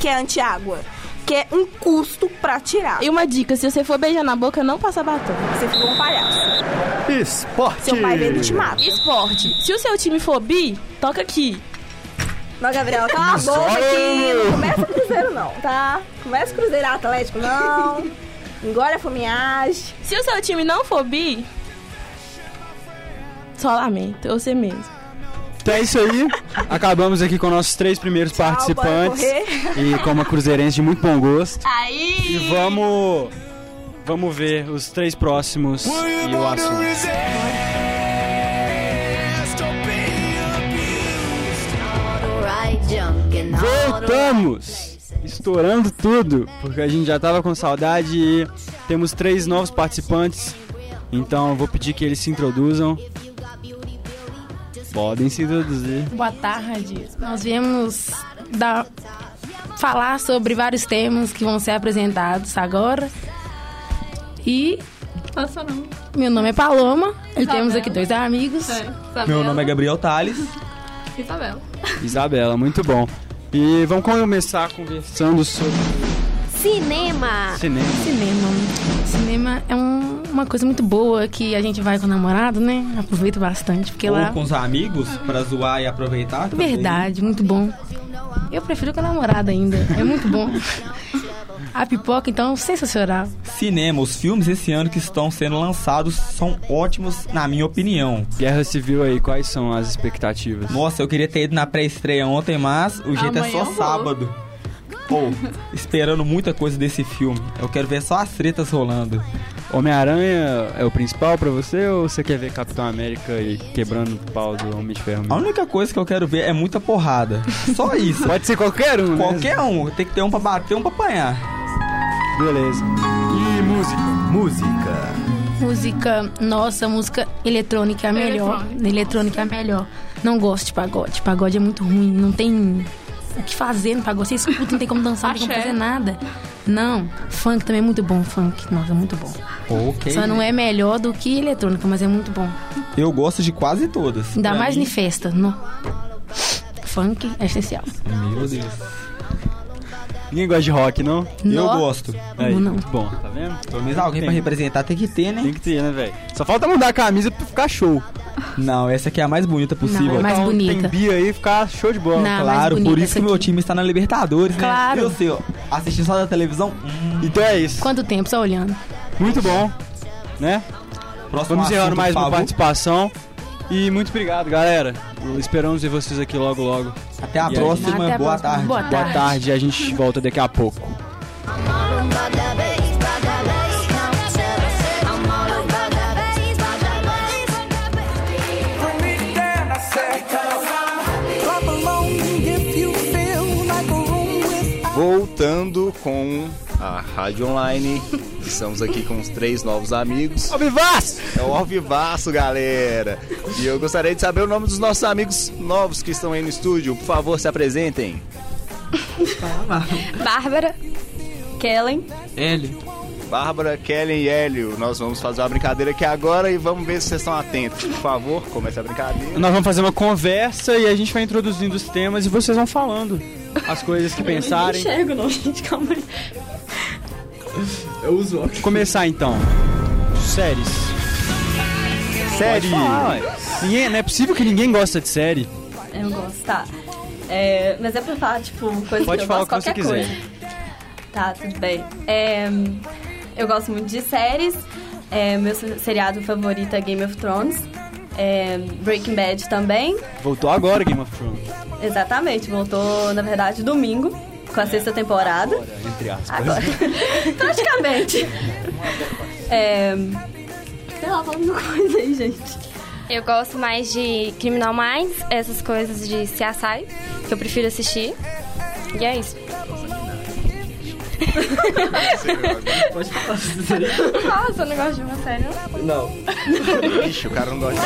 [SPEAKER 4] que é anti-água. Que é um custo pra tirar.
[SPEAKER 26] E uma dica, se você for beijar na boca, não passa batom.
[SPEAKER 4] Você fica um palhaço.
[SPEAKER 25] Esporte.
[SPEAKER 4] Seu pai vê, ele te mata.
[SPEAKER 26] Esporte. Se o seu time for bi, toca aqui.
[SPEAKER 4] Não, Gabriela, cala a
[SPEAKER 26] Só
[SPEAKER 4] boca aqui.
[SPEAKER 26] eu.
[SPEAKER 4] Não começa Cruzeiro, não, tá? Começa Cruzeiro Atlético, não. Engole a fomeagem.
[SPEAKER 26] Se o seu time não for bi, só lamento, você mesmo.
[SPEAKER 2] Então é isso aí. Acabamos aqui com nossos três primeiros participantes.
[SPEAKER 26] bora correr.
[SPEAKER 2] E com uma cruzeirense de muito bom gosto.
[SPEAKER 26] Aí!
[SPEAKER 2] E vamos. Vamos ver os três próximos e o assunto. Voltamos! Estourando tudo, porque a gente já tava com saudade e temos três novos participantes. Então eu vou pedir que eles se introduzam. Podem se introduzir.
[SPEAKER 28] Boa tarde. Nós viemos dar- falar sobre vários temas que vão ser apresentados agora. E meu nome é Paloma e temos aqui dois amigos.
[SPEAKER 2] Meu nome é Gabriel Tales. Isabela, muito bom. E vamos começar conversando sobre
[SPEAKER 28] Cinema.
[SPEAKER 2] cinema.
[SPEAKER 28] Cinema. Cinema é um- uma coisa muito boa que a gente vai com o namorado, né? Aproveita bastante, porque
[SPEAKER 29] Ou
[SPEAKER 28] lá.
[SPEAKER 29] com os amigos, pra zoar e aproveitar.
[SPEAKER 28] Verdade, muito bom. Eu prefiro com a namorada ainda. É muito bom. A pipoca, então, sensacional.
[SPEAKER 29] Cinema, os filmes esse ano que estão sendo lançados são ótimos, na minha opinião.
[SPEAKER 2] Guerra Civil aí, quais são as expectativas?
[SPEAKER 29] Nossa, eu queria ter ido na pré-estreia ontem, mas o jeito
[SPEAKER 25] Amanhã
[SPEAKER 29] é
[SPEAKER 25] eu
[SPEAKER 29] só
[SPEAKER 25] vou.
[SPEAKER 29] sábado. Pô, esperando muita coisa desse filme. Eu quero ver só as tretas rolando.
[SPEAKER 2] Homem-Aranha é o principal pra você ou você quer ver Capitão América e quebrando o pau do Homem de Ferro?
[SPEAKER 29] A única coisa que eu quero ver é muita porrada. Só isso.
[SPEAKER 2] Pode ser qualquer um,
[SPEAKER 29] Qualquer um. Tem que ter um pra bater, um pra apanhar.
[SPEAKER 2] Beleza. E música?
[SPEAKER 25] Música.
[SPEAKER 28] Música, nossa, música eletrônica é a melhor. Eletrônica é a melhor. Não gosto de pagode. Pagode é muito ruim. Não tem o que fazer no pagode. Você escuta, não tem como dançar, não tem como
[SPEAKER 29] Axé.
[SPEAKER 28] fazer nada. Não, funk também é muito bom. Funk, nossa, é muito bom.
[SPEAKER 29] Ok.
[SPEAKER 28] Só não é melhor do que eletrônica, mas é muito bom.
[SPEAKER 29] Eu gosto de quase todas.
[SPEAKER 28] Ainda
[SPEAKER 29] Pra
[SPEAKER 28] mais
[SPEAKER 29] mim-
[SPEAKER 28] em festa. No... Funk é essencial.
[SPEAKER 29] Meu Deus.
[SPEAKER 2] Ninguém gosta de rock, não?
[SPEAKER 29] Eu
[SPEAKER 28] Nó.
[SPEAKER 29] gosto.
[SPEAKER 2] Aí,
[SPEAKER 28] não.
[SPEAKER 2] Bom, tá vendo? Pelo
[SPEAKER 29] menos alguém pra representar tem que ter, né?
[SPEAKER 2] Tem que ter, né, velho? Só falta mudar a camisa pra ficar show.
[SPEAKER 29] Não, essa aqui é a mais bonita possível.
[SPEAKER 28] Não, é mais
[SPEAKER 29] Então,
[SPEAKER 28] bonita.
[SPEAKER 2] Tem Bia aí ficar show de bola.
[SPEAKER 28] Não, é mais
[SPEAKER 29] claro, por
[SPEAKER 28] bonita
[SPEAKER 29] isso que meu time está na Libertadores,
[SPEAKER 28] Claro.
[SPEAKER 29] né? Eu sei, ó, assistir só da televisão.
[SPEAKER 2] Então é isso.
[SPEAKER 28] Quanto tempo só olhando?
[SPEAKER 2] Muito bom, né?
[SPEAKER 29] Próximo
[SPEAKER 2] Vamos encerrando
[SPEAKER 29] assunto,
[SPEAKER 2] mais
[SPEAKER 29] por
[SPEAKER 2] uma
[SPEAKER 29] favor.
[SPEAKER 2] participação. E muito obrigado, galera. Esperamos ver vocês aqui logo, logo.
[SPEAKER 29] Até a
[SPEAKER 2] E
[SPEAKER 29] próxima,
[SPEAKER 2] gente-
[SPEAKER 29] Até a boa próxima. tarde. Boa
[SPEAKER 2] Boa
[SPEAKER 29] tarde.
[SPEAKER 2] tarde, a gente volta daqui a pouco.
[SPEAKER 7] Bring me down, I said. Clap along if you feel like a room with
[SPEAKER 10] Voltando com a Rádio Online. Estamos aqui com os três novos amigos.
[SPEAKER 2] Alvivaço!
[SPEAKER 10] É o Alvivaço, galera! E eu gostaria de saber o nome dos nossos amigos novos que estão aí no estúdio. Por favor, se apresentem.
[SPEAKER 6] Bárbara. Kellen.
[SPEAKER 10] Hélio. Bárbara, Kellen e Hélio. Nós vamos fazer uma brincadeira aqui agora e vamos ver se vocês estão atentos. Por favor, comece a brincadeira.
[SPEAKER 2] Nós vamos fazer uma conversa e a gente vai introduzindo os temas e vocês vão falando as coisas que pensarem.
[SPEAKER 6] Eu não enxergo, não, gente, calma aí.
[SPEAKER 2] Eu uso óculos. Começar então. Séries. Série. Ninguém, não é possível que ninguém gosta de série.
[SPEAKER 6] Eu gosto, tá. É, mas é pra falar, tipo, coisa
[SPEAKER 2] Pode
[SPEAKER 6] que eu
[SPEAKER 2] falar
[SPEAKER 6] gosto,
[SPEAKER 2] o que você quiser.
[SPEAKER 6] qualquer coisa. Tá, tudo bem. É, eu gosto muito de séries. É, meu se- seriado favorito é Game of Thrones. É, Breaking Bad também.
[SPEAKER 2] Voltou agora Game of Thrones.
[SPEAKER 6] Exatamente, voltou, na verdade, domingo, com a sexta temporada.
[SPEAKER 2] Entre aspas.
[SPEAKER 6] Agora. Praticamente. É, sei lá, fala alguma coisa aí, gente.
[SPEAKER 1] Eu gosto mais de Criminal Minds, essas coisas de CSI, que eu prefiro assistir. E é isso.
[SPEAKER 30] Pode falar.
[SPEAKER 26] Nossa, eu não gosto de uma série. não.
[SPEAKER 30] Não.
[SPEAKER 10] Ixi, o cara não gosta.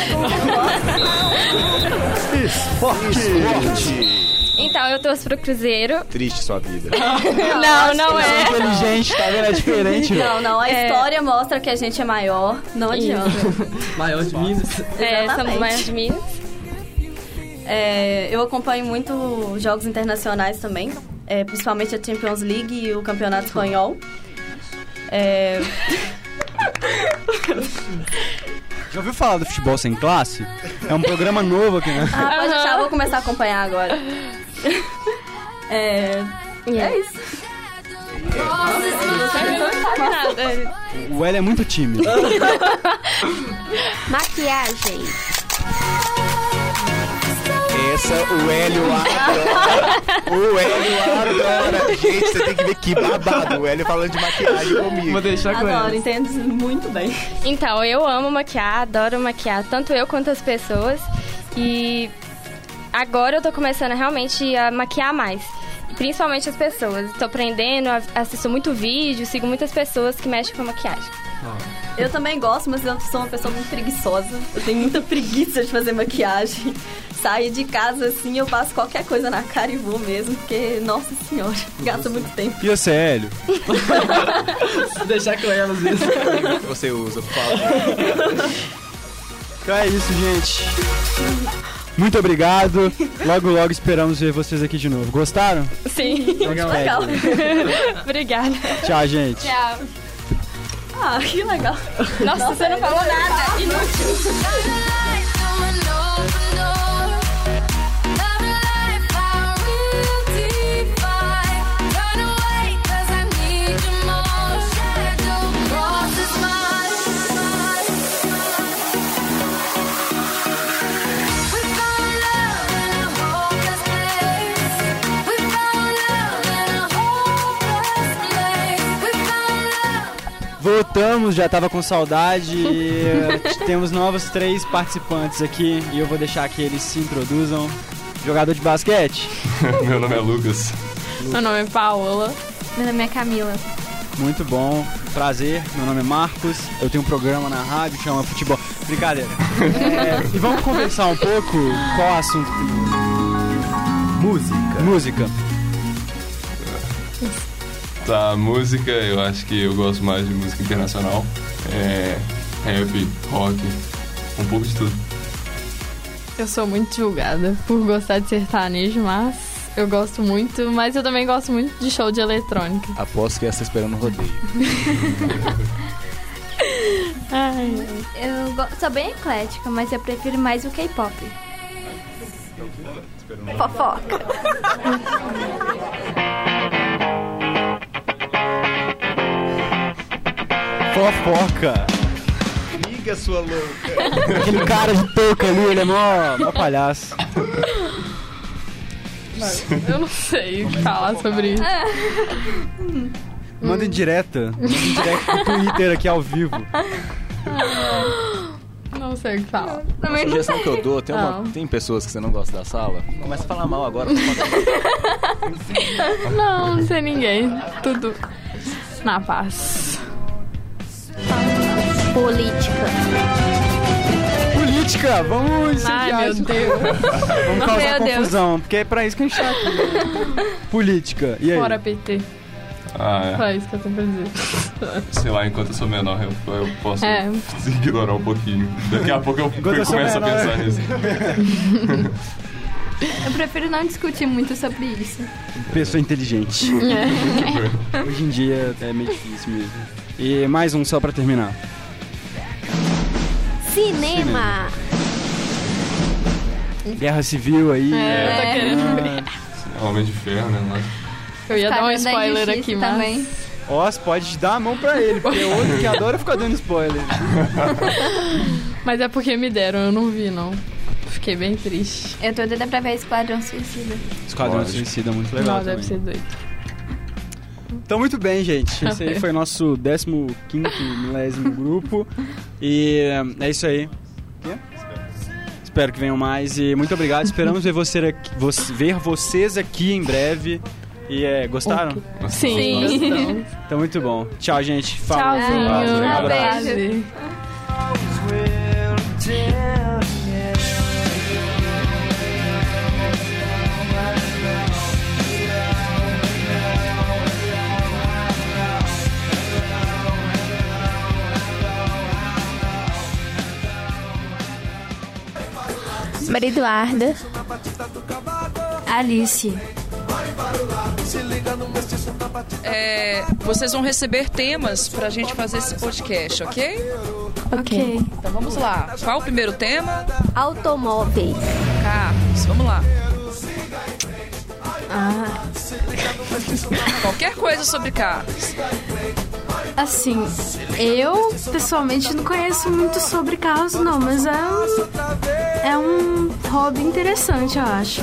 [SPEAKER 25] Esporte.
[SPEAKER 1] Então, eu torço pro Cruzeiro.
[SPEAKER 10] Triste sua vida.
[SPEAKER 26] Ah,
[SPEAKER 1] não, não é.
[SPEAKER 10] Inteligente, tá vendo? É diferente,
[SPEAKER 6] Não, não, a
[SPEAKER 1] É.
[SPEAKER 6] história mostra que a gente é maior, não adianta.
[SPEAKER 30] Maior de Minas.
[SPEAKER 1] É,
[SPEAKER 6] Exatamente.
[SPEAKER 1] somos mais de Minas.
[SPEAKER 6] É, eu acompanho muito jogos internacionais também, é, principalmente a Champions League e o Campeonato Espanhol. É,
[SPEAKER 2] Já ouviu falar do Futebol Sem Classe? É um programa novo aqui, né?
[SPEAKER 6] ah, pode deixar, eu vou começar a acompanhar agora. É, é isso.
[SPEAKER 2] O L é muito tímido.
[SPEAKER 1] Maquiagem.
[SPEAKER 10] Essa o Hélio adora. O Hélio adora. Gente, você tem que ver que babado. O Hélio falando de maquiagem comigo. Vou deixar
[SPEAKER 6] Adoro, entendo muito bem.
[SPEAKER 1] Então, eu amo maquiar, adoro maquiar, tanto eu quanto as pessoas. E agora eu tô começando realmente a maquiar mais. Principalmente as pessoas. Tô aprendendo, a- assisto muito vídeo, sigo muitas pessoas que mexem com maquiagem.
[SPEAKER 6] Eu também gosto, mas eu sou uma pessoa muito preguiçosa. Eu tenho muita preguiça de fazer maquiagem. Sair de casa assim, eu passo qualquer coisa na cara e vou mesmo, porque, nossa senhora, gasta muito tempo.
[SPEAKER 2] E você, Hélio?
[SPEAKER 30] Se deixar com elas isso.
[SPEAKER 10] O que você usa, por favor?
[SPEAKER 2] Então é isso, gente. Muito obrigado. Logo, logo esperamos ver vocês aqui de novo. Gostaram?
[SPEAKER 1] Sim.
[SPEAKER 2] Legal. Legal.
[SPEAKER 1] Obrigada.
[SPEAKER 2] Tchau, gente.
[SPEAKER 1] Tchau.
[SPEAKER 6] Ah, que legal.
[SPEAKER 1] Nossa, você não falou nada.
[SPEAKER 2] Voltamos, já tava com saudade. e, eh, Temos novos três participantes aqui e eu vou deixar que eles se introduzam. Jogador de basquete?
[SPEAKER 31] Meu nome é Lucas.
[SPEAKER 30] Tá
[SPEAKER 26] Meu nome é Paola. Meu nome é Camila.
[SPEAKER 2] Muito bom. Prazer, meu nome é Marcos. Eu tenho um programa na rádio, chama Futebol. Brincadeira. É, e vamos conversar um pouco qual o assunto.
[SPEAKER 25] Música.
[SPEAKER 2] Música.
[SPEAKER 8] Tá, música, eu acho que eu gosto mais de música internacional. É, rap, rock, um pouco de tudo.
[SPEAKER 26] Eu sou muito julgada por gostar de sertanejo, mas eu gosto muito, mas eu também gosto muito de show de eletrônica.
[SPEAKER 10] Aposto que essa esperando o rodeio.
[SPEAKER 9] Eu go- sou bem eclética, mas eu prefiro mais o K-pop. Fofoca.
[SPEAKER 2] Fofoca.
[SPEAKER 10] Liga, sua louca.
[SPEAKER 2] Aquele cara de touca ali, ele é mó, mó palhaço.
[SPEAKER 26] Eu não sei o que falar sobre isso.
[SPEAKER 2] Manda em direta. Manda em direta pro Twitter aqui ao vivo.
[SPEAKER 26] Não sei o que falar.
[SPEAKER 10] A sugestão que eu dou, tem, uma-
[SPEAKER 26] Não.
[SPEAKER 10] tem pessoas que você não gosta da sala? Começa a falar mal agora.
[SPEAKER 26] Não, não sei ninguém. Tudo na paz.
[SPEAKER 9] Política.
[SPEAKER 2] Política, vamos incendiar
[SPEAKER 26] meu
[SPEAKER 2] isso.
[SPEAKER 26] Deus.
[SPEAKER 2] Vamos causar
[SPEAKER 26] Meu Deus.
[SPEAKER 2] confusão, porque é pra isso que a gente tá aqui. Política, e aí?
[SPEAKER 26] Fora PT.
[SPEAKER 8] Ah,
[SPEAKER 10] É.
[SPEAKER 26] Só isso que eu tenho pra dizer.
[SPEAKER 8] é. Sei lá, enquanto eu sou menor, eu, eu posso
[SPEAKER 26] É.
[SPEAKER 8] ignorar um pouquinho. Daqui a pouco eu
[SPEAKER 2] Enquanto eu sou
[SPEAKER 8] começo a
[SPEAKER 2] menor.
[SPEAKER 8] pensar nisso.
[SPEAKER 9] Eu prefiro não discutir muito sobre isso.
[SPEAKER 2] Pessoa inteligente.
[SPEAKER 9] É.
[SPEAKER 2] Hoje em dia é meio difícil mesmo. E mais um só pra terminar.
[SPEAKER 7] Cinema.
[SPEAKER 2] Guerra Civil aí. né?
[SPEAKER 28] É,
[SPEAKER 26] Tá
[SPEAKER 28] eu tô querendo ver.
[SPEAKER 8] Homem de ferro, né? Mas...
[SPEAKER 28] Eu ia
[SPEAKER 8] Tá
[SPEAKER 28] dar um
[SPEAKER 8] vendo a
[SPEAKER 28] spoiler
[SPEAKER 8] injustiça
[SPEAKER 28] aqui, mas...
[SPEAKER 8] também.
[SPEAKER 2] Ó, você pode dar a mão pra ele, porque é outro que adora ficar dando spoiler.
[SPEAKER 28] Mas é porque me deram, eu não vi, não. Fiquei bem triste.
[SPEAKER 7] Eu tô doida pra ver Esquadrão Suicida.
[SPEAKER 2] Esquadrão
[SPEAKER 8] Lógico.
[SPEAKER 2] Suicida é muito
[SPEAKER 28] Não,
[SPEAKER 2] legal.
[SPEAKER 28] deve
[SPEAKER 2] também.
[SPEAKER 28] ser doido.
[SPEAKER 2] Então, muito bem, gente. Esse aí foi nosso 15 milésimo grupo. E eh, é isso aí. Quê? Espero que venham mais e muito obrigado. Esperamos ver, você aqui- você- ver vocês aqui em breve. E eh, gostaram?
[SPEAKER 28] Sim. Sim.
[SPEAKER 2] Então, muito bom. Tchau, gente. Fala.
[SPEAKER 28] Tchauzinho.
[SPEAKER 2] Um
[SPEAKER 28] Um
[SPEAKER 2] abraço.
[SPEAKER 28] beijo.
[SPEAKER 7] Maria Eduarda. Alice.
[SPEAKER 11] É, vocês vão receber temas pra gente fazer esse podcast, ok?
[SPEAKER 7] Ok.
[SPEAKER 11] Então vamos lá. Qual o primeiro tema?
[SPEAKER 7] Automóveis.
[SPEAKER 11] Carros, vamos lá.
[SPEAKER 7] Ah,
[SPEAKER 11] Qualquer coisa sobre carros.
[SPEAKER 7] assim, eu pessoalmente não conheço muito sobre carros, não, mas é um, é um hobby interessante, eu acho.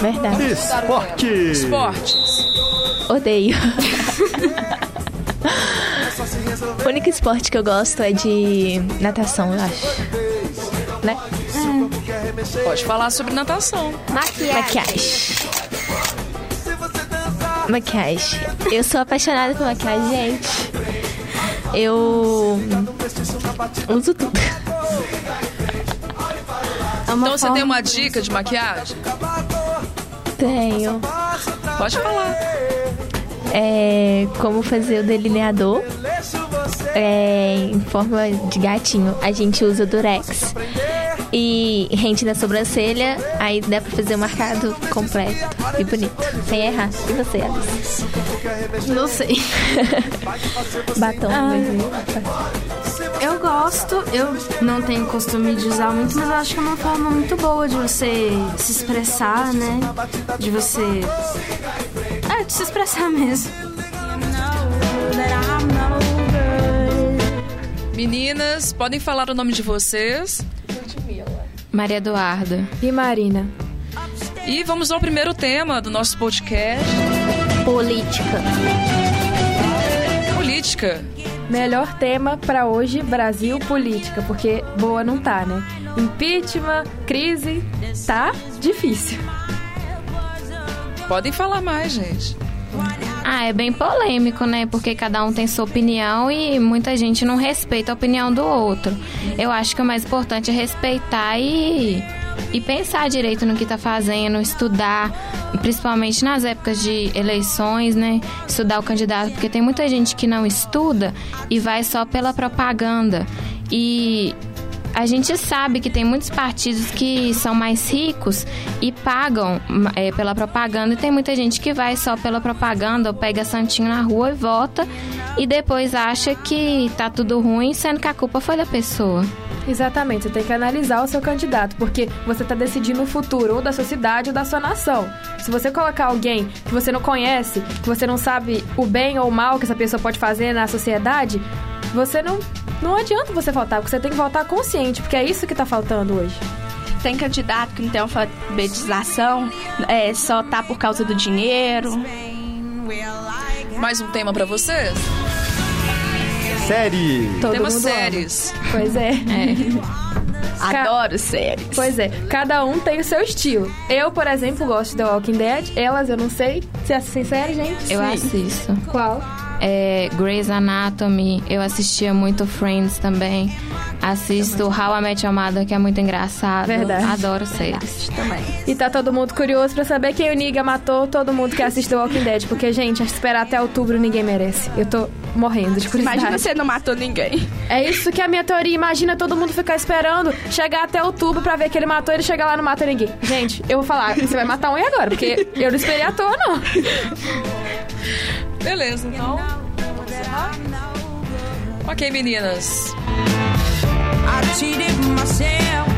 [SPEAKER 7] Verdade.
[SPEAKER 32] Esporte.
[SPEAKER 12] Odeio. o único esporte que eu gosto é de natação, eu acho. Né?
[SPEAKER 11] Pode falar sobre natação.
[SPEAKER 12] Maquiagem. Maquiagem. Eu sou apaixonada por maquiagem, gente. Eu uso tudo.
[SPEAKER 7] É
[SPEAKER 11] Então você tem uma dica de maquiagem?
[SPEAKER 12] Tenho.
[SPEAKER 11] Pode falar.
[SPEAKER 12] É, como fazer o delineador é, em forma de gatinho. A gente usa o durex. E rende na sobrancelha, aí dá pra fazer o marcado completo e bonito, sem errar. E você, Alice?
[SPEAKER 7] Não sei. Ah,
[SPEAKER 12] Batom,
[SPEAKER 7] Eu gosto, eu não tenho costume de usar muito, mas eu acho que é uma forma muito boa de você se expressar, né? De você. É, de se expressar mesmo.
[SPEAKER 11] Meninas, podem falar o nome de vocês.
[SPEAKER 28] Maria Eduarda. E Marina.
[SPEAKER 11] E vamos ao primeiro tema do nosso podcast.
[SPEAKER 7] Política.
[SPEAKER 11] Política.
[SPEAKER 33] Melhor tema pra hoje, Brasil política, porque boa não tá, né? Impeachment, crise, tá difícil.
[SPEAKER 11] Podem falar mais, gente.
[SPEAKER 34] Ah, é bem polêmico, né? Porque cada um tem sua opinião e muita gente não respeita a opinião do outro. Eu acho que o mais importante é respeitar e, e pensar direito no que tá fazendo, estudar, principalmente nas épocas de eleições, né? Estudar o candidato, porque tem muita gente que não estuda e vai só pela propaganda. E a gente sabe que tem muitos partidos que são mais ricos e pagam eh, pela propaganda, e tem muita gente que vai só pela propaganda ou pega santinho na rua e vota e depois acha que tá tudo ruim, sendo que a culpa foi da pessoa.
[SPEAKER 33] Exatamente, você tem que analisar o seu candidato, porque você está decidindo o futuro ou da sua cidade ou da sua nação. Se você colocar alguém que você não conhece, que você não sabe o bem ou o mal que essa pessoa pode fazer na sociedade, você não. Não adianta você votar, porque você tem que votar consciente, porque é isso que tá faltando hoje.
[SPEAKER 35] Tem candidato que não tem alfabetização, é, só tá por causa do dinheiro.
[SPEAKER 11] Mais um tema pra vocês?
[SPEAKER 32] Série.
[SPEAKER 11] tema séries.
[SPEAKER 33] Pois é.
[SPEAKER 35] É. Adoro séries.
[SPEAKER 33] Pois é, cada um tem o seu estilo. Eu, por exemplo, gosto de The Walking Dead. Elas, eu não sei. Você assiste série, gente?
[SPEAKER 34] Eu
[SPEAKER 33] Sim.
[SPEAKER 34] assisto.
[SPEAKER 33] Qual?
[SPEAKER 34] É, Grey's Anatomy, eu assistia muito Friends também. Assisto How I Met Your Mother, que é muito engraçado.
[SPEAKER 33] Verdade.
[SPEAKER 34] Adoro séries.
[SPEAKER 33] Também. E tá todo mundo curioso pra saber quem o Niga matou, todo mundo que assiste The Walking Dead, porque, gente, esperar até outubro ninguém merece. Eu tô morrendo de curiosidade.
[SPEAKER 35] Imagina você não matou ninguém.
[SPEAKER 33] É isso que é a minha teoria. Imagina todo mundo ficar esperando chegar até outubro pra ver que ele matou, ele chega lá e não mata ninguém. Gente, eu vou falar, você vai matar um e agora, porque eu não esperei à toa, não.
[SPEAKER 11] Beleza, então. vamos encerrar? Ok, meninas. I cheated myself.